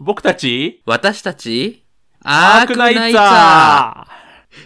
僕たち、私たち、アアークナイザー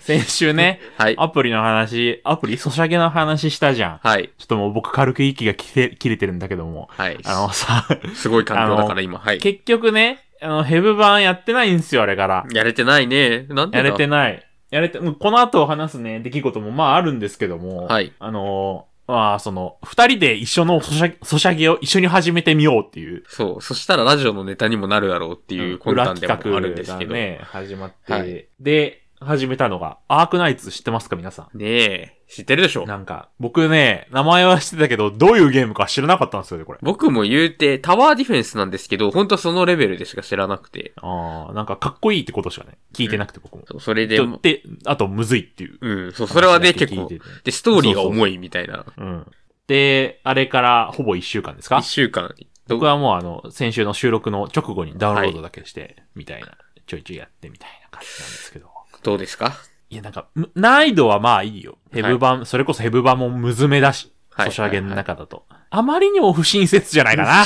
先週ね、ーはい。アプリの話、アプリ、ソシャゲの話したじゃん。はい。ちょっともう僕軽く息が切れ切れてるんだけども。はい。あのさ、すごい環境だから今、はい。結局ね、あの、ヘブ版やってないんですよ、あれから。やれてないね。なんでやだれてない。やれて、うんこの後話すね、出来事もまああるんですけども。はい。あのーまあ、その、二人で一緒のソシャソシャゲを一緒に始めてみようっていう。そう。そしたらラジオのネタにもなるだろうっていううん魂裏胆でも企あるんで画すがけど。ねね、始まって、はいで、始めたのが、アークナイツ知ってますか皆さえ、知ってるでしょん。なんか、僕ね、名前は知ってたけど、どういうゲームか知らなかったんですよね、これ。僕も言うて、タワーディフェンスなんですけど、ほんとそのレベルでしか知らなくて。ああ、なんかかっこいいってことしかね、聞いてなくて僕も。そうそれでち、ょで、あとむずいっていう。うん、そう、それはね、結聞い構て。てで、ストーリーが重いみたいな。うん。で、あれからほぼ一週間ですか一週間。僕はもうあの、先週の収録の直後にダウンロードだけして、みたいな、ちょいちょいやってみたいな感じなんですけど。どうですかいや、なんか、む難易度はまあいいよ。ヘブ版、それこそヘブ版もむずめだし、はいソシャゲの中だと。あまりにも不親切じゃないかな。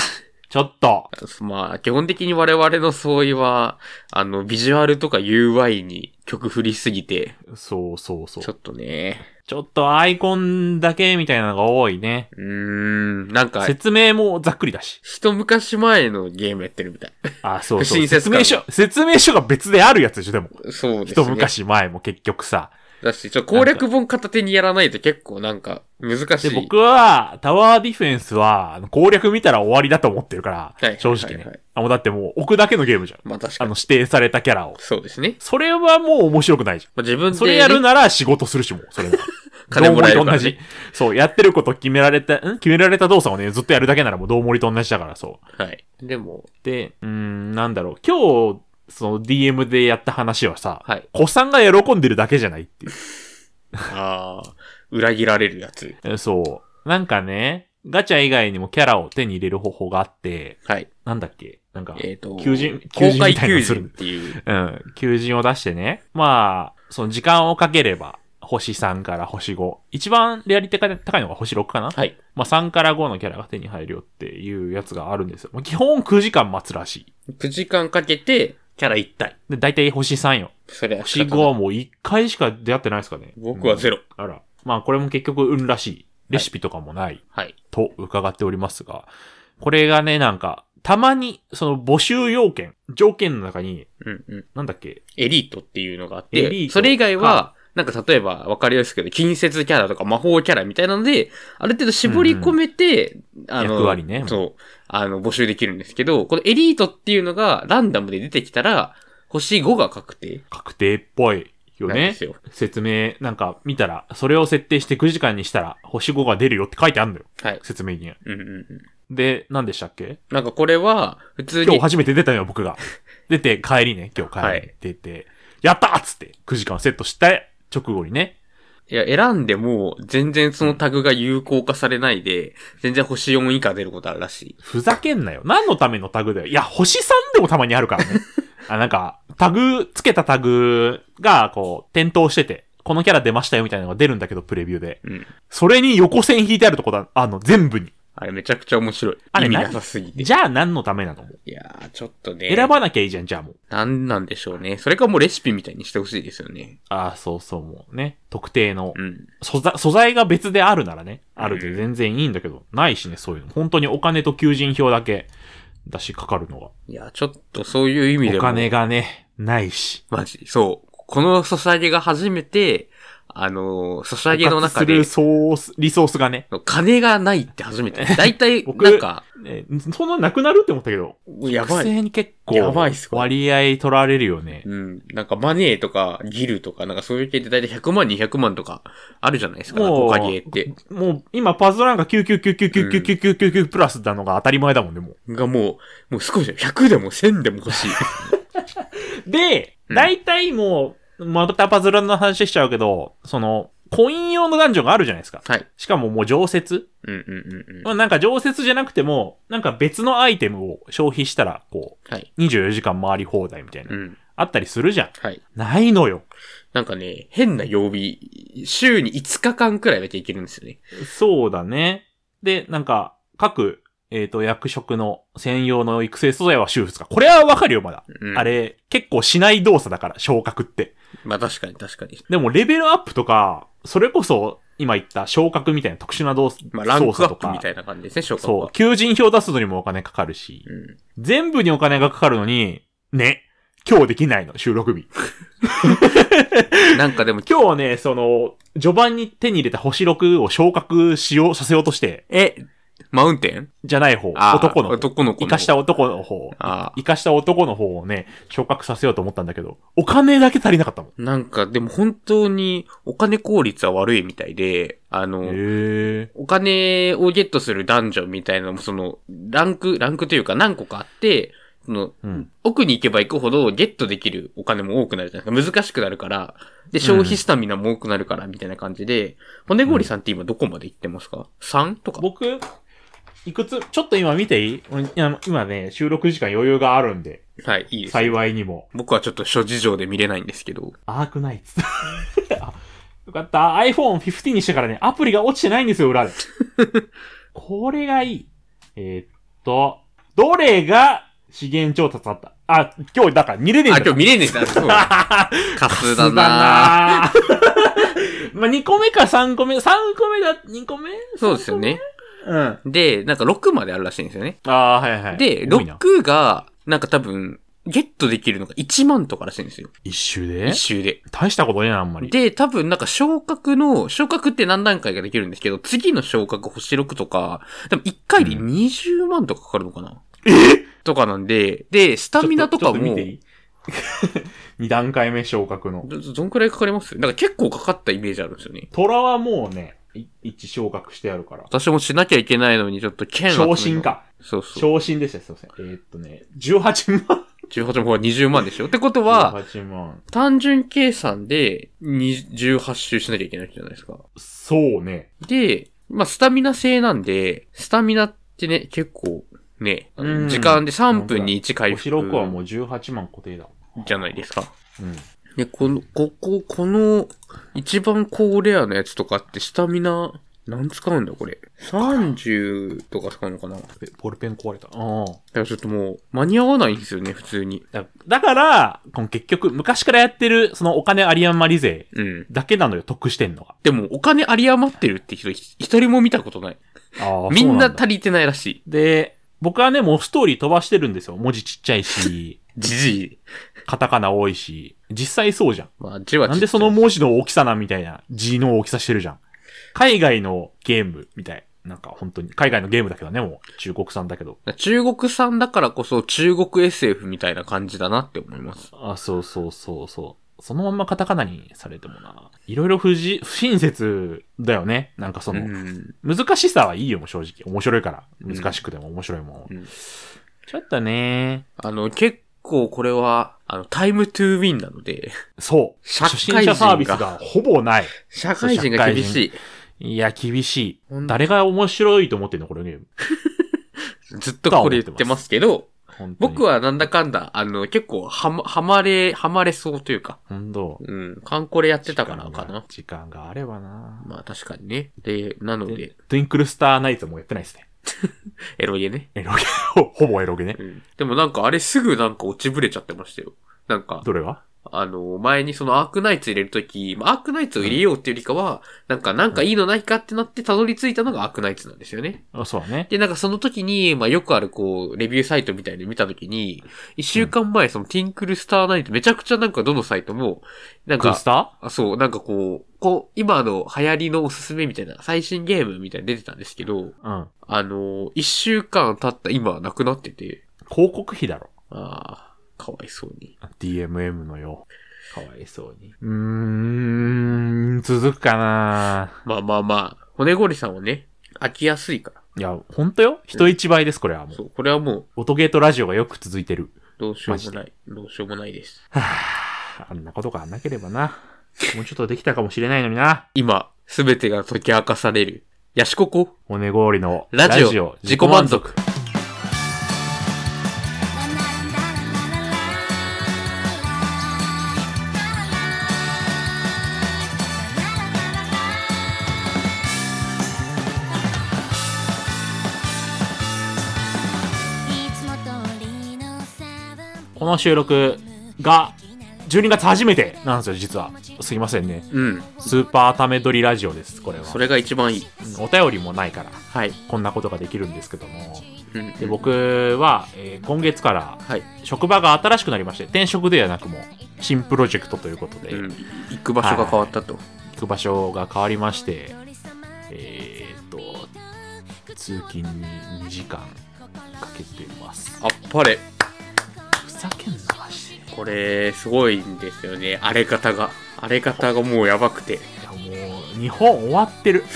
ちょっと。まあ、基本的に我々の相違は、あの、ビジュアルとか UI に曲振りすぎて、そうそうそうちょ。っとね、ちょっとアイコンだけみたいなのが多いね。うーん、なんか、説明もざっくりだし。一昔前のゲームやってるみたい。 あ、そうそう。不親切説感明書、説明書が別であるやつでしょ、でも。そうですね。一。昔前も結局さ。だし、ちょ、攻略本片手にやらないと結構なんか、難しで、い。僕は、タワーディフェンスは、あの攻略見たら終わりだと思ってるから、はい正直ね、はいはいあ、もうだってもう置くだけのゲームじゃん。まあ確あかの、に。指定されたキャラを。そうですね。それはもう面白くないじゃまあ、自分ん。で、それやるなら仕事するしもう、それも。 金もらえるからねどうりと同じ。そう、やってること決められた、ん決められた動作をね、ずっとやるだけならもうどうもりと同じだから、そう。はい。でも、で、うーん、なんだろう。今日、その DM でやった話はさ、はい。子さんが喜んでるだけじゃないっていうああ、裏切られるやつ。え。そう。なんかね、ガチャ以外にもキャラを手に入れる方法があって、はい。なんだっけなんか、えっ、と、求人求公人開みたいな求のする人っていう。うん、求人を出してね。まあ、その時間をかければ、星3から星5。一番レアリティが高いのが星6かな、はい。まあ3から5のキャラが手に入るよっていうやつがあるんですよ。まあ基本9時間待つらしい。 9時間かけて、キャラ1体。で、大体星3よ。それは仕星5方ないはもう1回しか出会ってないですかね。僕はゼロ。うんあら。まあこれも結局運らしい。レシピとかもない。はい。と伺っておりますが、これがね、なんか、たまに、その募集要件、条件の中に、うんうん。なんだっけ、エリートっていうのがあっエリーて、トそれ以外は、なんか例えば分かりやすくけど、近接キャラとか魔法キャラみたいなので、ある程度絞り込めて、あの、役割ねそう、あの、募集できるんですけど、このエリートっていうのがランダムで出てきたら、星5が確定確定っぽいよなんでねす。よ。説明、なんか見たら、それを設定して9時間にしたら、星5が出るよって書いてあるんだよ。はい。説明に。うんうんうん。で、何でしたっけなんかこれは、普通今日に、初めて出たのよ、僕が。出て、帰りね、今日帰り。はい出て、やったーっつって、9時間セットして、直後にね。いや、選んでも、全然そのタグが有効化されないで、全然星4以下出ることあるらしい。ふざけんなよ。何のためのタグだよ。いや、星3でもたまにある からね。あ、なんか、タグ、つけたタグが、こう、点灯してて、このキャラ出ましたよみたいなのが出るんだけど、プレビューで。うん。それに横線引いてあるとこだ、あの、全部に。あれめちゃくちゃ面白い。あれ意味何なさすぎて。じゃあ何のためなのいやー、ちょっとね。選ばなきゃいいじゃん、じゃあもう。なんなんでしょうね。それかもうレシピみたいにしてほしいですよね。ああ、そうそう、もうね。特定のうん。素材、素材が別であるならね。あるで全然いいんだけど、ないしね、そういうの。本当にお金と求人票だけ、だしかかるのが。いや、ちょっとそういう意味でも。お金がね、ないし。マジ。そう。このソシャゲが初めて、あのー、ソシャゲの中枯で渇、するソース、リソースがね、金がないって初めて。だいたい、僕なんか、えそんななくなるって思ったけど、やば学い。生に結やばいっす構か割合取られるよね。うん。なんかマネーとか、ギルとか、なんかそういう系ってだいたい100万、200万とか、あるじゃないですか。もうおかげって。もう今パズドランが999999999プラスなのが当たり前だもんね、もがもう、もう少し、100でも1000で も欲しい。う。で、うん大体もう、またパズドラの話しちゃうけど、その、コイン用のダンジョンがあるじゃないですか。はい。しかももう常設うんうんうんうん。まあなんか常設じゃなくても、なんか別のアイテムを消費したら、こはい。う、24時間回り放題みたいな、うん。あったりするじゃん。はい。ないのよ。なんかね、変な曜日、週に5日間くらいだけいけるんですよね。そうだね。で、なんか、各えっ、と、役職の専用の育成素材は週2日。これはわかるよ、まだ。うんあれ、結構しない動作だから、昇格って。まあ確かに確かに。でも、レベルアップとか、それこそ、今言った昇格みたいな特殊な動作、まあラン操クア作ッとプかみたいな感じですね、昇格そうは。。求人票出すのにもお金かかるし、うん。全部にお金がかかるのに、ね、今日できないの、収録日。なんかでも、今日はね、その、序盤に手に入れた星6を昇格しよう、させようとして、え、マウンテンじゃない方、あ ー男の方。男の子の方生かした男の方。ああ。生かした男の方をね、昇格させようと思ったんだけど、お金だけ足りなかったもん。なんかでも本当にお金効率は悪いみたいで、あの、へお金をゲットするダンジョンみたいなのも、その、ランク、ランクというか何個かあって、その、うん奥に行けば行くほどゲットできるお金も多くなるじゃないですか。難しくなるから、で、消費スタミナも多くなるから、みたいな感じで、骨氷さんって今どこまで行ってますか ?3 とか僕、いくつ、ちょっと今見ていいうんいや今ね、収録時間余裕があるんで、はい、いいです。幸いにも。僕はちょっと諸事情で見れないんですけど。アークナイツ。 あよかった。iPhone15 にしてからね、アプリが落ちてないんですよ、 裏で。これがいい。えーっと、どれが資源調達だったあ、今日、だから見れねえんあ、だ。今日見れねえんだ。そ うだカスだなな ぁ。まあ、2個目か3個目。3個目だ、2個目そうですよ。三ね。個目うん。で、なんか6まであるらしいんですよね。ああ、はいはい。で、多いな6が、なんか多分、ゲットできるのが1万とからしいんですよ。一周で一周で。大したことねえな、あんまり。で、多分なんか昇格の、昇格って何段階かできるんですけど、次の昇格星6とか、多分1回でう20万とかかかるのかな、えとかなんで、で、スタミナとかちょっ見も、ていい 二段階目昇格の。どどんくらいかかりますなんか結構かかったイメージあるんですよね。虎はもうね、い一昇格してあるから。私もしなきゃいけないのに、ちょっと剣集めの昇進。か。そうそう。昇進でした、すいません。えーっとね、18万。 18万、ほら20万でしょってことは、 18万。単純計算で20 18周しなきゃいけないじゃないですか。そうね。で、まあ、スタミナ制なんで、スタミナってね、結構、ね、あのうん時間で3分に1回お白くは復もう18万固定だ。じゃないですか。うん。で、この、ここ、この、一番高レアのやつとかって、スタミナ、何使うんだこれ。30とか使うのかなだかえボールペン壊れた。うん。らちょっともう、間に合わないんですよね、普通に。だだから、この結局、昔からやってる、そのお金あり余り税うん。だけなのよ、得してんのが。でも、お金有り余ってるって人、ひ一人も見たことない。あみんなた足りてないらしい。で、僕はね、もうストーリー飛ばしてるんですよ。文字ちっちゃい し、じじい。カタカナ多いし、実際そうじゃん。まあ、字はちっちゃいなんでその文字の大きさなんみたいな字の大きさしてるじゃん。海外のゲームみたい。なんか本当に、海外のゲームだけどね、もう中国産だけど。中国産だからこそ中国 SF みたいな感じだなって思います。あ、そうそうそうそう。そのまんまカタカナにされてもな。いろいろ不自不親切だよね。なんかそうの、ん。難しさはいいよ、もう正直。面白いから。難しくても面白いもん。うんちょっとね、あの、結構これは、あの、タイムトゥーウィンなので、そう。社会初人が心者サービスがほぼない。社会人が厳しい。いや、厳しほい。ん誰が面白いと思ってんの、これゲーム。ずっとこれ言ってますけど、本当に僕。はなんだかんだ、あの、結構はま、はまれ、はまれそうというか、本当。うん、カンコレやってたからかな。時間が時間があればな。まあ確かにね。で、なのでで、トゥインクルスターナイツはもうやってないですね。エロゲね。エロゲ、 ほほぼエロゲねう。ん。でもなんかあれすぐなんか落ちぶれちゃってましたよ。なんか、どれはあの、前にそのアークナイツ入れるとき、まあアークナイツを入れようっていうよりかは、なんか、なんかいいのないかってなってたどり着いたのがアークナイツなんですよね。あそうだね。で、なんかその時に、まあよくあるこう、レビューサイトみたいに見た時に、一週間前そのティンクルスターナイト、めちゃくちゃなんかどのサイトも、なんクルかス、タあそう、なんかこう、こう、今の流行りのおすすめみたいな、最新ゲームみたいに出てたんですけど、ーうん。あの、一週間経った今はなくなってて、広告費だろ。ああ、かわいそうに。 DMM のよ。かわいそうに。うーん、続くかなまあまあまあ、骨ゴリさんはね、飽きやすいから。いや、ほんとよ人一倍です、これはもう。そう、これはもう、音ゲートラジオがよく続いてる。どうしようもない。どうしようもないです。はぁ、あんなことがなければな。もうちょっとできたかもしれないのにな。今、すべてが解き明かされる。ヤシココ骨氷のラジオ自己満足。 「この収録が12月初めてなんですよ、実は。すいませんね。うん。スーパーため撮りラジオです、これは。それが一番いうい。んお便りもないから、はい。こんなことができるんですけども。うん。で、僕は、えー今月から、はい。職場が新しくなりまして、転職ではなくもう、新プロジェクトということで、うん。行く場所が変わったと。行く場所が変わりまして、えーっと、通勤に2時間かけてます。あっぱれ。ふざけんな、マジで。これ、すごいんですよね。荒れ方が。荒れ方がもうやばくて。いや、もう、日本終わってる。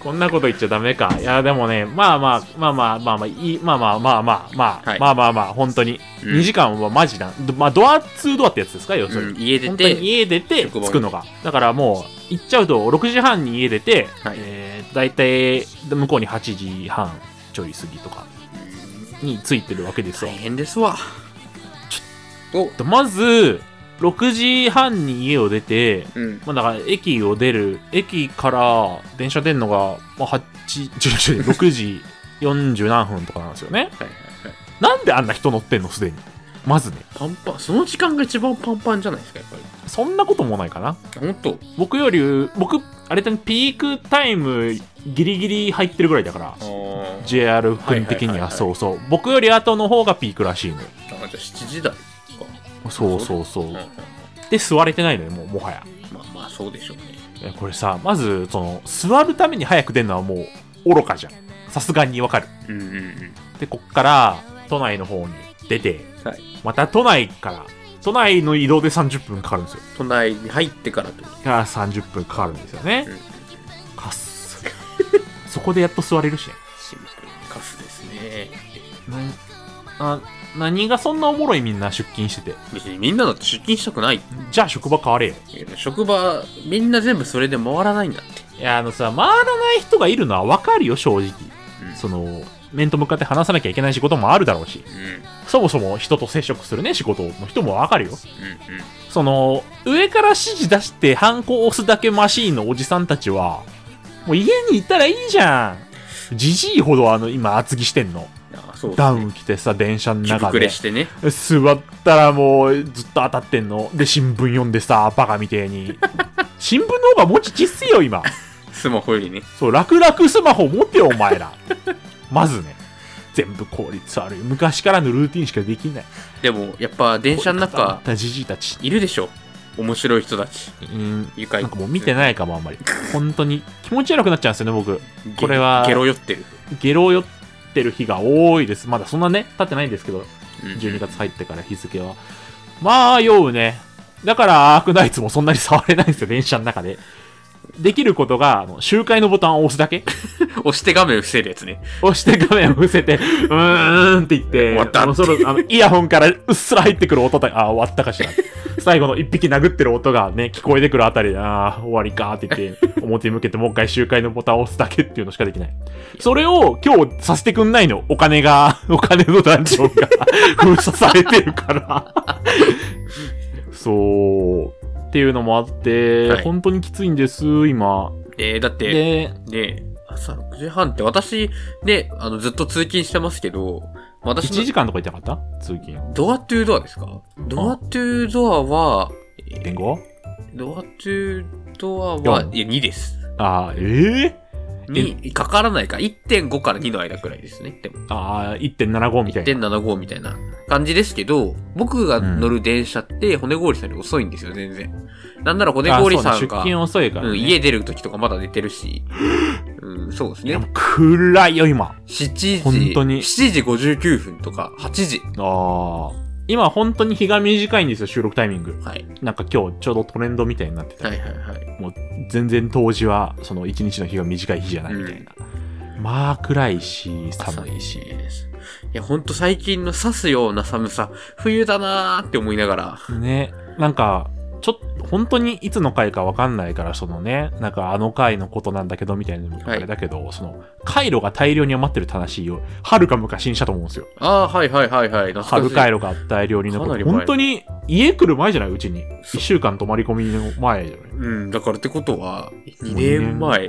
こんなこと言っちゃダメか。いや、でもね、まあまあ、まあまあまあまあ、いい、まあまあまあまあまあ、はいまあまあまあ、本当に。うん2時間はマジな、どまあ、ドア2ドアってやつですか、要するうにん。。家出本当にて、家出て職場着くのがだからもう行っちゃうと6時半に家出て、はいえー、大体向こうに8時半ちょい過ぎとかに着いてるわけですよ大変ですわ。ちょっでまず6時半に家を出てと。うん。まあだから駅を出る駅から電車出るのがまあ8時違う違 う6時40何分とかなんですよねはいはいはい。なんであんな人乗ってんのすでにまずねパンパン。その時間が一番パンパンじゃないですか、やっぱり。そんなこともないかな本当僕より僕あれだねピークタイムギリギリ入ってるぐらいだからああ。じ JR 国的はいはいはいにはいはそうそう僕より後の方がピークらしいのよゃあ7時台か。そうそうそううんうんうんで座れてないのよもうもはやまあまあ、そうでしょうね。えこれさまずその座るために早く出るのはもう愚かじゃんさすがにわかるうんうんうん。でこっから都内の方に出てはい。また都内から都内の移動で30分かかるんですよ都内に入ってからと。が30分かかるんですよねうん。かっすそこでやっと座れるしねシンプルにカスですね。なんあ何がそんなおもろいみんな出勤してて別にみんなだって出勤したくない。じゃあ職場変われよ職場、みんな全部それで回らないんだって。いやあのさ回らない人がいるのはわかるよ正直その面と向かって話さなきゃいけない仕事もあるだろうしうん。うん。うん。そもそも人と接触するね仕事の人もわかるようん。その上から指示出してハンコ押すだけマシーンのおじさんたちはもう家にいたらいいじゃんじじいほどあの今厚着してんのああ、そうですねダウン着てさ電車の着中膨でれしてね。座ったらもうずっと当たってんので新聞読んでさバカみてえ に新聞の方がもちちっせよ今スマホよりね。そう楽々スマホ持ってよお前らまずね全部効率悪い昔からのルーティンしかできないでも、やっぱ電車の固まっ中、たじじいたちいるでしょ。面白い人たち。うん愉快。なんかもう見てないかもあんまり本当に気持ち悪くなっちゃうんですよね僕ゲこれはゲロ酔ってる。ゲロ酔ってる日が多いですまだそんなね経ってないんですけどうん12月入ってから日付はまあ酔うねだからアークナイツもそんなに触れないんですよ電車の中でできることがあの周回のボタンを押すだけ押して画面伏せるやつね。押して画面を伏せて、うーんって言って、終わったあのそろあのイヤホンからうっすら入ってくる音だ、あ、終わったかしら。最後の一匹殴ってる音がね、聞こえてくるあたりで、あー終わりかーって言って、表向けてもう一回周回のボタンを押すだけっていうのしかできない。それを今日させてくんないの。お金が、 お金のダンジョンが 封鎖されてるから。そう。っていうのもあって、はい本当にきついんです、今。えー、だって、で、ね、朝6時半って私、ね、あの、ずっと通勤してますけど、私1の時間とか行ってなかった通勤。ドアトゥードアですかドアトゥードアは、弁護ドアトゥードアは、四いや、2です。ああ、ええにかからないか、1.5から2の間くらいですね。でもああ、1.75みたいな。 1.75みたいな感じですけど、僕が乗る電車って骨氷さんより遅いんですよ、全然。なんなら骨あー氷そうねさん出が、勤遅いから、ねうん、家出る時とかまだ寝てるし、うん、そうですいやねも。う暗いよ、今。 7時、本当に7時59分とか8時。ああ。今、本当に日が短いんですよ、収録タイミング。はい。なんか今日、ちょうどトレンドみたいになってた。はいはいはい。もう、全然当時は、その一日の日が短い日じゃないみたいな。まあ、暗いし、寒いし。です。いや、ほんと最近の刺すような寒さ、冬だなーって思いながら、ね。なんか、ちょっと、本当にいつの回かわかんないから、そのね、なんかあの回のことなんだけど、みたいなのもあれだけど、その、回路が大量に余ってる話を、はるか昔にしたと思うんですよ。ああ、はいはいはいは春い。懐かしい回路があった料理のかこなりと前本当に家来る前じゃないうちに。そ1う週間泊まり込みの前じゃないうん、だからってことは、2二年年前。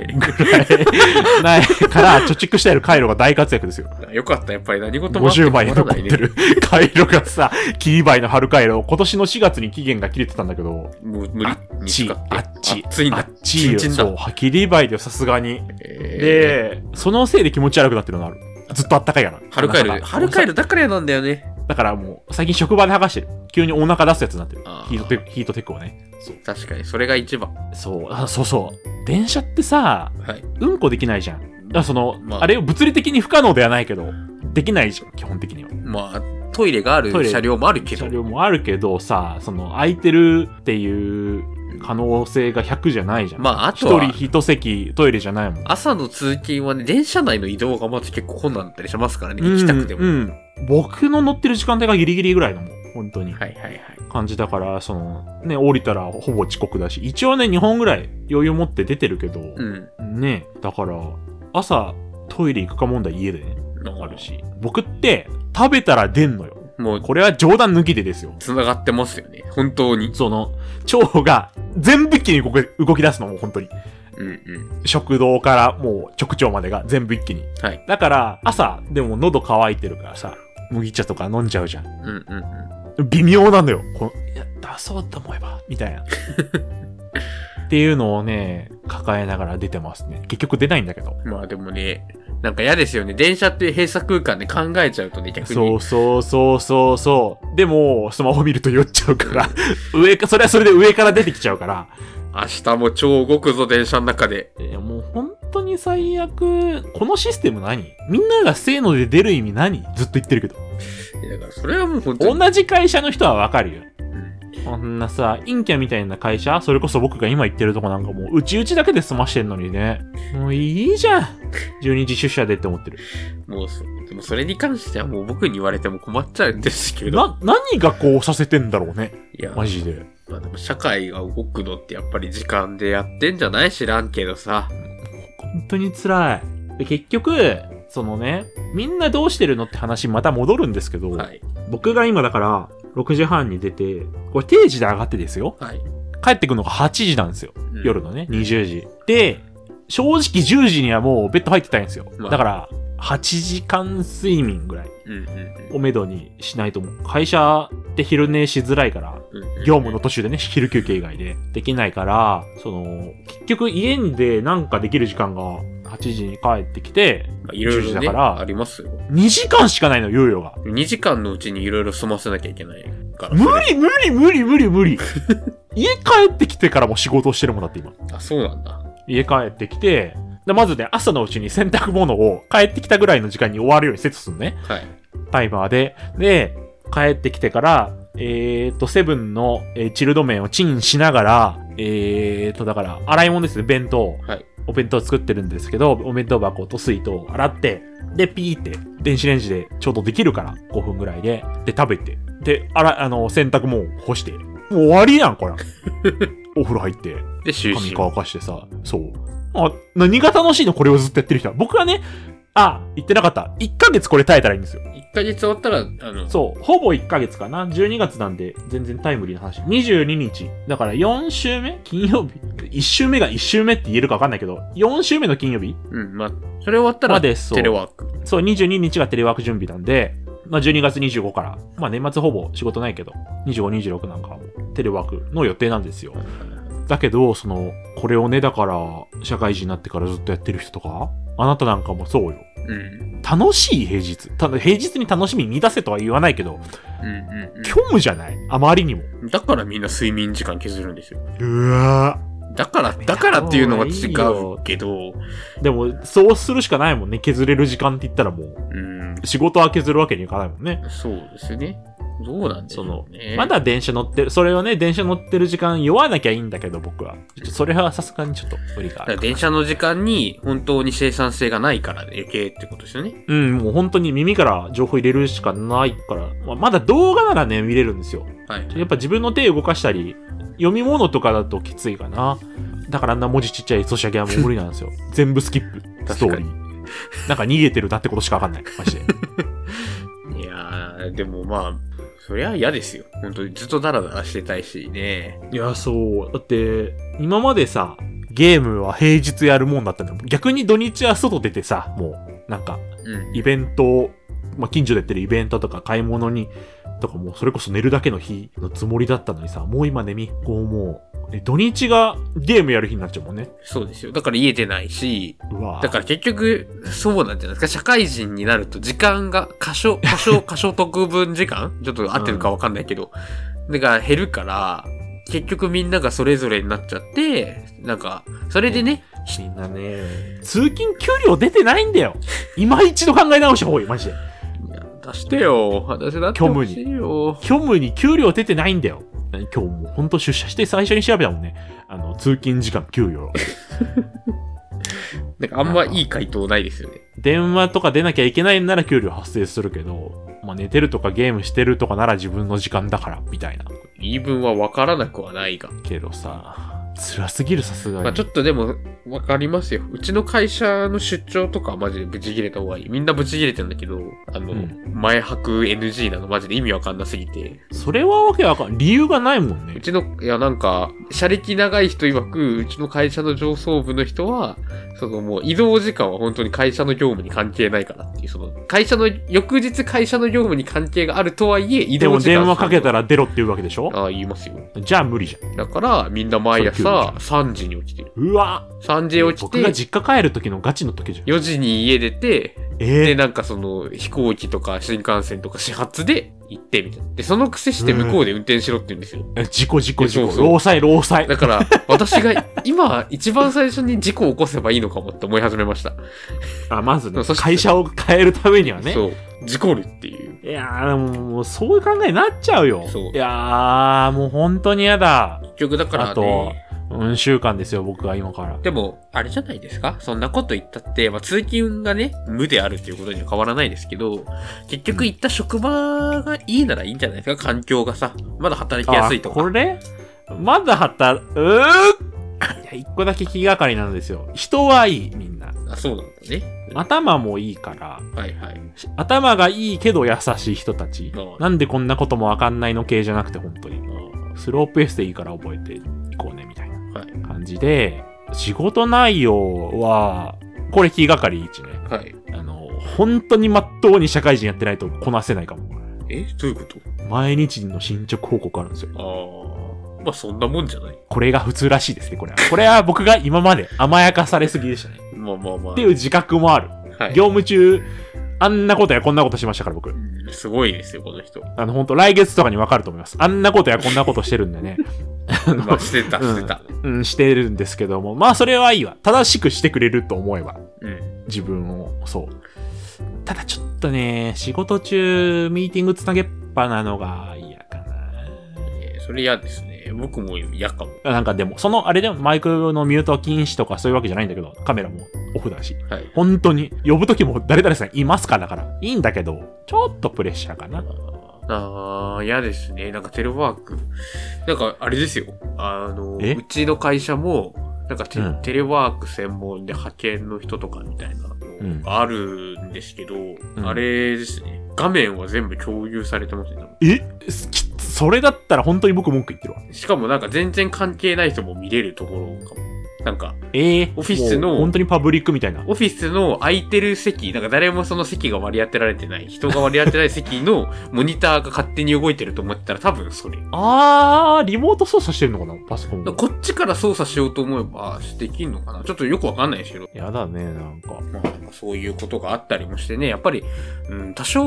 ないから、貯蓄してある回路が大活躍ですよ。よかった、やっぱり何事もあって50枚残っ困らないてる回路がさ、切り灰の春回路、今年の4月に期限が切れてたんだけど、もう無あ理っにち使いて、あっち、熱いんあだっ。ちよ、チンチンだそう、切り灰でさすがに。えで、そのせいで気持ち悪くなってるのがある。ずっとあったかいから。ー、春カエル、お腹が春カエルだからやなんだよね。だからもう、最近職場で剥がしてる。急にお腹出すやつになってるあ。ーヒートテック、ヒートテックをね。そう。確かに、それが一番。そう、あそうそう。電車ってさ、はい。うんこできないじゃん。だからその、まああれを物理的に不可能ではないけど、できないじゃん、基本的には。まあ、トイレがあるトイレ車両もあるけど車。両もあるけどさ、その、空いてるっていう可能性が100じゃないじゃん。まあ、あ一とは人、一席、トイレじゃないもん。朝の通勤はね、電車内の移動がまず結構困難だったりしますからね、うん行きたくても。うん。僕の乗ってる時間帯がギリギリぐらいのもう、本当に。はいはいはい。感じだから、その、ね、降りたらほぼ遅刻だし、一応ね、2本ぐらい余裕持って出てるけど、うん。ね、だから、朝、トイレ行くか問題家でね、あるし。僕って、食べたら出んのよ。もう、これは冗談抜きでですよ。繋がってますよね。本当に。その、腸が全部一気に動き動き出すのもう本当に。うんうん。食堂からもう直腸までが全部一気に。はい。だから、朝、でも喉乾いてるからさ、麦茶とか飲んじゃうじゃん。うんうんうん。微妙なんだよ。このいや、出そうと思えば、みた いな。っていうのをね、抱えながら出てますね。結局出ないんだけど。まあでもね、なんか嫌ですよね。電車っていう閉鎖空間で考えちゃうとね、逆に。そうそうそうそうそう。でも、スマホ見ると酔っちゃうから、上か、それはそれで上から出てきちゃうから、明日も超動くぞ、電車の中で。いやもう本当に最悪、このシステム何みんながせーので出る意味何ずっと言ってるけど。いやだからそれはもう本当に。同じ会社の人はわかるよ。うんこんなさ、陰キャみたいな会社それこそ僕が今行ってるとこなんかもう、うちうちだけで済ましてんのにね。もういいじゃん。12時出社でって思ってる。もうそ、でもそれに関してはもう僕に言われても困っちゃうんですけど。な、何がこうさせてんだろうね。いや、マジで。まあでも社会が動くのってやっぱり時間でやってんじゃない知らんけどさ。本当に辛い。で、結局、そのね、みんなどうしてるのって話また戻るんですけど、はい。僕が今だから、6時半に出て、これ定時で上がってですよ。はい。帰ってくるのが8時なんですよ。うん夜。のね、20時。で、正直10時にはもうベッド入ってたいんですよ。まあだから、8時間睡眠ぐらいうんうんうんをめどにしないともう、会社って昼寝しづらいから、うんうん。業務の途中でね、昼休憩以外でできないから、その、結局家でなんかできる時間が8時に帰ってきて、まあいろい10ろ時ね、だからありますよ。 2時間しかないの、猶予が。 2時間のうちにいろいろ済ませなきゃいけないから。無理無理無理無理 無理家帰ってきてからも仕事をしてるもんだって今。あ、そうなんだ。家帰ってきて、でまずね、朝のうちに洗濯物を帰ってきたぐらいの時間に終わるようにセットするのね。はい。タイマーで。で、帰ってきてから、えー、と、セブンの、えーチルド麺をチンしながら、えー、と、だから、洗い物ですね、弁当。はい。お弁当作ってるんですけど、お弁当箱と水筒を洗って、で、ピーって、電子レンジでちょうどできるから、5分ぐらいで。で、食べて。で、あら、あの、洗濯も干して。もう終わりやん、 これ。お風呂入って。で、就髪寝。乾かしてさ、そう。あ、何が楽しいのこれをずっとやってる人は。僕はね、あ、言ってなかった。1ヶ月これ耐えたらいいんですよ。 1ヶ月終わったら、あの、そう。ほぼ1ヶ月かな。12月なんで、全然タイムリーな話。22日。だから4週目金曜日 ?1 週目が1週目って言えるかわかんないけど、4週目の金曜日うん、まあ、それ終わったまら、あテで、そう。レワーク。そう、22日がテレワーク準備なんで、まあ、12月25から、まあ、年末ほぼ仕事ないけど、25、26なんかはもうテレワークの予定なんですよ。だけど、その、これをね、だから、社会人になってからずっとやってる人とか、あなたなんかもそうよ。うん。うん楽しい平日。ただ、平日に楽しみに出せとは言わないけど、うん虚無じゃないあまりにも。うん。だからみんな睡眠時間削るんですよ。うわだから、だからっていうのは違うけど、でも、そうするしかないもんね。削れる時間って言ったらもう、うん、仕事は削るわけにいかないもんね。そうですね。どうなんでしょうね。まだ電車乗ってる、それをね、電車乗ってる時間酔わなきゃいいんだけど、僕は。ちょっとそれはさすがにちょっと無理がだあからる。電車の時間に本当に生産性がないから余計ってことですよね。うん、もう本当に耳から情報入れるしかないから、まあまだ動画ならね、見れるんですよ。はい。やっぱ自分の手動かしたり、読み物とかだときついかな。だからあんな文字ちっちゃいソシャゲはもう無理なんです よ。全部スキップ、ストー確かリにー。なんか逃げてるなってことしかわかんない。マジで。いやー、でもまあ、そりゃ嫌ですよ。本当にずっとダラダラしてたいしね。いや、そう。だって、今までさ、ゲームは平日やるもんだったんだよ。逆に土日は外出てさ、もう、なんか、うん。イベント、まあ、近所でやってるイベントとか買い物に、とかもうそれこそ寝るだけの日のつもりだったのにさ、もう今ね、みこうもう、ね土日がゲームやる日になっちゃうもんね。そうですよ。だから言えてないし、うわだから結局、そうなんじゃないですか。社会人になると時間が、過小、過小、過小特分時間ちょっと合ってるかわかんないけど。だから減るから、結局みんながそれぞれになっちゃって、なんか、それでね、みんなね、通勤給料出てないんだよ。今一度考え直した方がいい、マジで。いや出してよ。私だってほしいよ。虚無に給料出てないんだよ。今日もうほんと出社して最初に調べたもんね。あの、通勤時間給料。なんかあんまいい回答ないですよね。電話とか出なきゃいけないんなら給料発生するけど、まあ、寝てるとかゲームしてるとかなら自分の時間だから、みたいな。言い分はわからなくはないが。けどさ、辛すぎるさすがに。まあちょっとでも、わかりますよ。うちの会社の出張とかはマジでブチ切れた方がいい。みんなブチ切れてんだけど、あの、うん前泊 NG なのマジで意味わかんなすぎて。それはわけわかん、理由がないもんねう。ちの、いやなんか、車歴長い人曰く、うちの会社の上層部の人は、そのもう移動時間は本当に会社の業務に関係ないからっていう、その、会社の、翌日会社の業務に関係があるとはいえ、移で動も時間。電話かけたら出ろって言うわけでしょああ、言いますよ。じゃあ無理じゃん。だから、みんな毎朝3時に起きてる。うわ3時に起き僕がて、実家帰る時のガチの時じゃん。 4時に家出て、えで、えなんかその、飛行機とか新幹線とか始発で行ってみたいな。で、その癖して向こうで運転しろって言うんですよ。事故事故事故。そうそう労災労災。だ から、私が今、一番最初に事故を起こせばいいのかもって思い始めました。あ、まずね、そして会社を変えるためにはね。そう。事故るっていう。いやー、もうもう、そういう考えになっちゃうよ。そういやー、もう本当に嫌だ。結局だからあとね。うん、週間ですよ、僕は今から。でも、あれじゃないですかそんなこと言ったって、まあ、通勤がね、無であるっていうことには変わらないですけど、結局行った職場がいいならいいんじゃないですか環境がさ。まだ働きやすいとあこか。れまだ働、うーいや、一個だけ気がかりなんですよ。人はいい、みんな。あ、そうなんだね。頭もいいから、はいはい。し頭がいいけど優しい人たちうん。なんでこんなこともわかんないの系じゃなくて、本当に。スロープエースでいいから覚えていこうね、みたいなはい。感じで、仕事内容は、これ気がかり1ね。はい。あの、本当に真っ当に社会人やってないとこなせないかも。えどういうこと毎日の進捗報告あるんですよ。ああ。まあそんなもんじゃない。これが普通らしいですね、これは。これは僕が今まで甘やかされすぎでしたね。まあまあまあ。っていう自覚もある。はい、業務中、あんなことやこんなことしましたから、僕。うんすごいですよ、この人。あの、本当来月とかにわかると思います。あんなことやこんなことしてるんでね。あまのあ、してた、うんしてた。うん、してるんですけども。まあ、それはいいわ。正しくしてくれると思えば。うん。自分を、そう。ただちょっとね、仕事中、ミーティングつなげっぱなのが嫌かな。えーそれ嫌ですね。僕も嫌かも。なんかでも、その、あれでもマイクのミュート禁止とかそういうわけじゃないんだけど、カメラもオフだし。はい。本当に、呼ぶときも誰々さんいますかだから。いいんだけど、ちょっとプレッシャーかな。ああ、嫌ですね。なんかテレワーク。なんか、あれですよ。あの、えうちの会社も、なんかテ,、うんテレワーク専門で派遣の人とかみたいな、んあるんですけど、んあれですね。画面は全部共有されてますね。えきそれだったら本当に僕文句言ってるわ。しかもなんか全然関係ない人も見れるところかも。なんか、ええオフィスのもう本当にパブリックみたいな。オフィスの空いてる席、なんか誰もその席が割り当てられてない、人が割り当てない席のモニターが勝手に動いてると思ったら多分それ。あー、リモート操作してるのかなパソコン。こっちから操作しようと思えばできんのかなちょっとよくわかんないですけど。やだね、なんか。まあ、なんかそういうことがあったりもしてね、やっぱり、うん、多少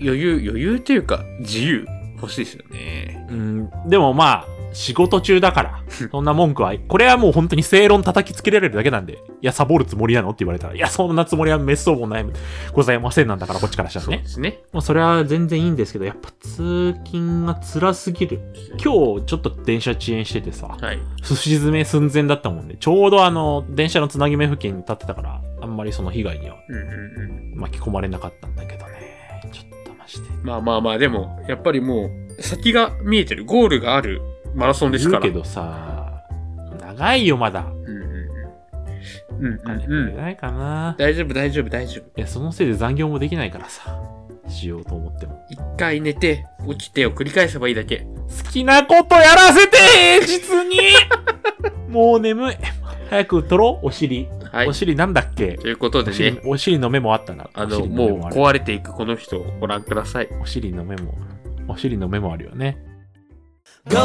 余裕、余裕というか自由欲しいですよね。うん、でもまあ、仕事中だ から、そんな文句は、これはもう本当に正論叩きつけられるだけなんで、いや、サボるつもりなのって言われたら、いや、そんなつもりは滅相もない、ございませんなんだから、こっちからしたらそうねで。すね。まあ、それは全然いいんですけど、やっぱ通勤が辛すぎる。今日、ちょっと電車遅延しててさ、はい。すし詰め寸前だったもんで、ちょうどあの、電車のつなぎ目付近に立ってたから、あんまりその被害にはうんうんうん。巻き込まれなかったんだけどね。ちょっとまして。まあまあまあ、でも、やっぱりもう、先が見えてる、ゴールがあるマラソンですから。言うけどさ、長いよ、まだ。うんうんうん。うん金うくんうれん。ないかな。大丈夫、大丈夫、大丈夫。いや、そのせいで残業もできないからさ。しようと思っても。一回寝て、起きてを繰り返せばいいだけ。好きなことやらせて平 日にもう眠い。早く取ろうお尻。はいお。尻なんだっけということおで尻,、ね、お尻のメモあったな。あおの、尻もメうモある壊れていくこの人をご覧ください。お尻のメモ。お尻のメモあるよね。 Go,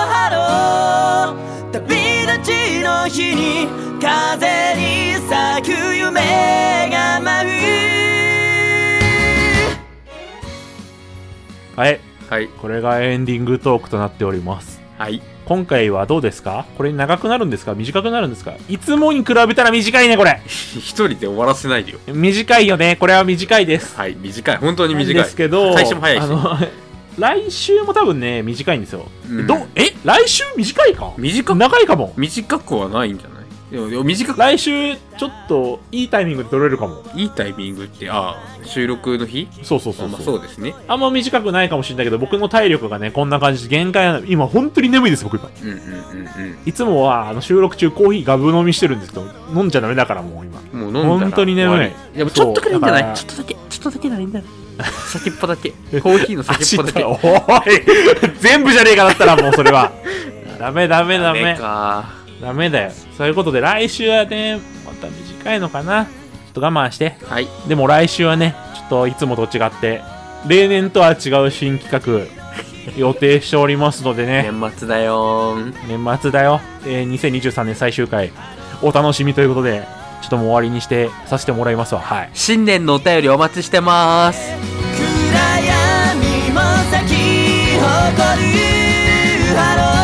hello, hello 旅立ちの日に風に咲く夢が舞うはい。はい。これがエンディングトークとなっております。はい。 今回はどうですかこれ長くなるんですか短くなるんですかいつもに比べたら短いね、これ。一人で終わらせないでよ。短いよね。これは短いです。はい。短い。本当に短い。なんですけど、開始も早いしあの、 来週も多分ね、短いんですよ。うんど、え来週短いか短く、長いかも。短くはないんじゃないでもでも短く、来週、ちょっと、いいタイミングで撮れるかも。いいタイミングって、ああ、収録の日そうそうそうまあ、そう。そうですね。あんま短くないかもしれないけど、僕の体力がね、こんな感じで限界なの。今、本当に眠いです、僕今。うんうんうんいつもは、あの、収録中コーヒーガブ飲みしてるんですけど、飲んじゃダメだからもう今。うん。もう飲んだら本当にね終わりでもちょっとくらいいいんじゃそうなだいからちょっとだけ、ちょっとだけならいいんだろ。 先っぽだけ。コーヒーの先走っぽっだたけら、。おい 全部じゃねえかだったら、もうそれは。ダメダメダメ。か。ダメだよ。そういうことで、来週はね、また短いのかな。ちょっと我慢して。 はい。でも来週はね、ちょっといつもと違って、例年とは違う新企画、予定しておりますのでね、年末だよーん。年末だよ。えー2023年最終回、お楽しみということで、ちょっともう終わりにしてさせてもらいますわ。はい。新年のお便りお待ちしてます。暗闇も咲き誇るハロー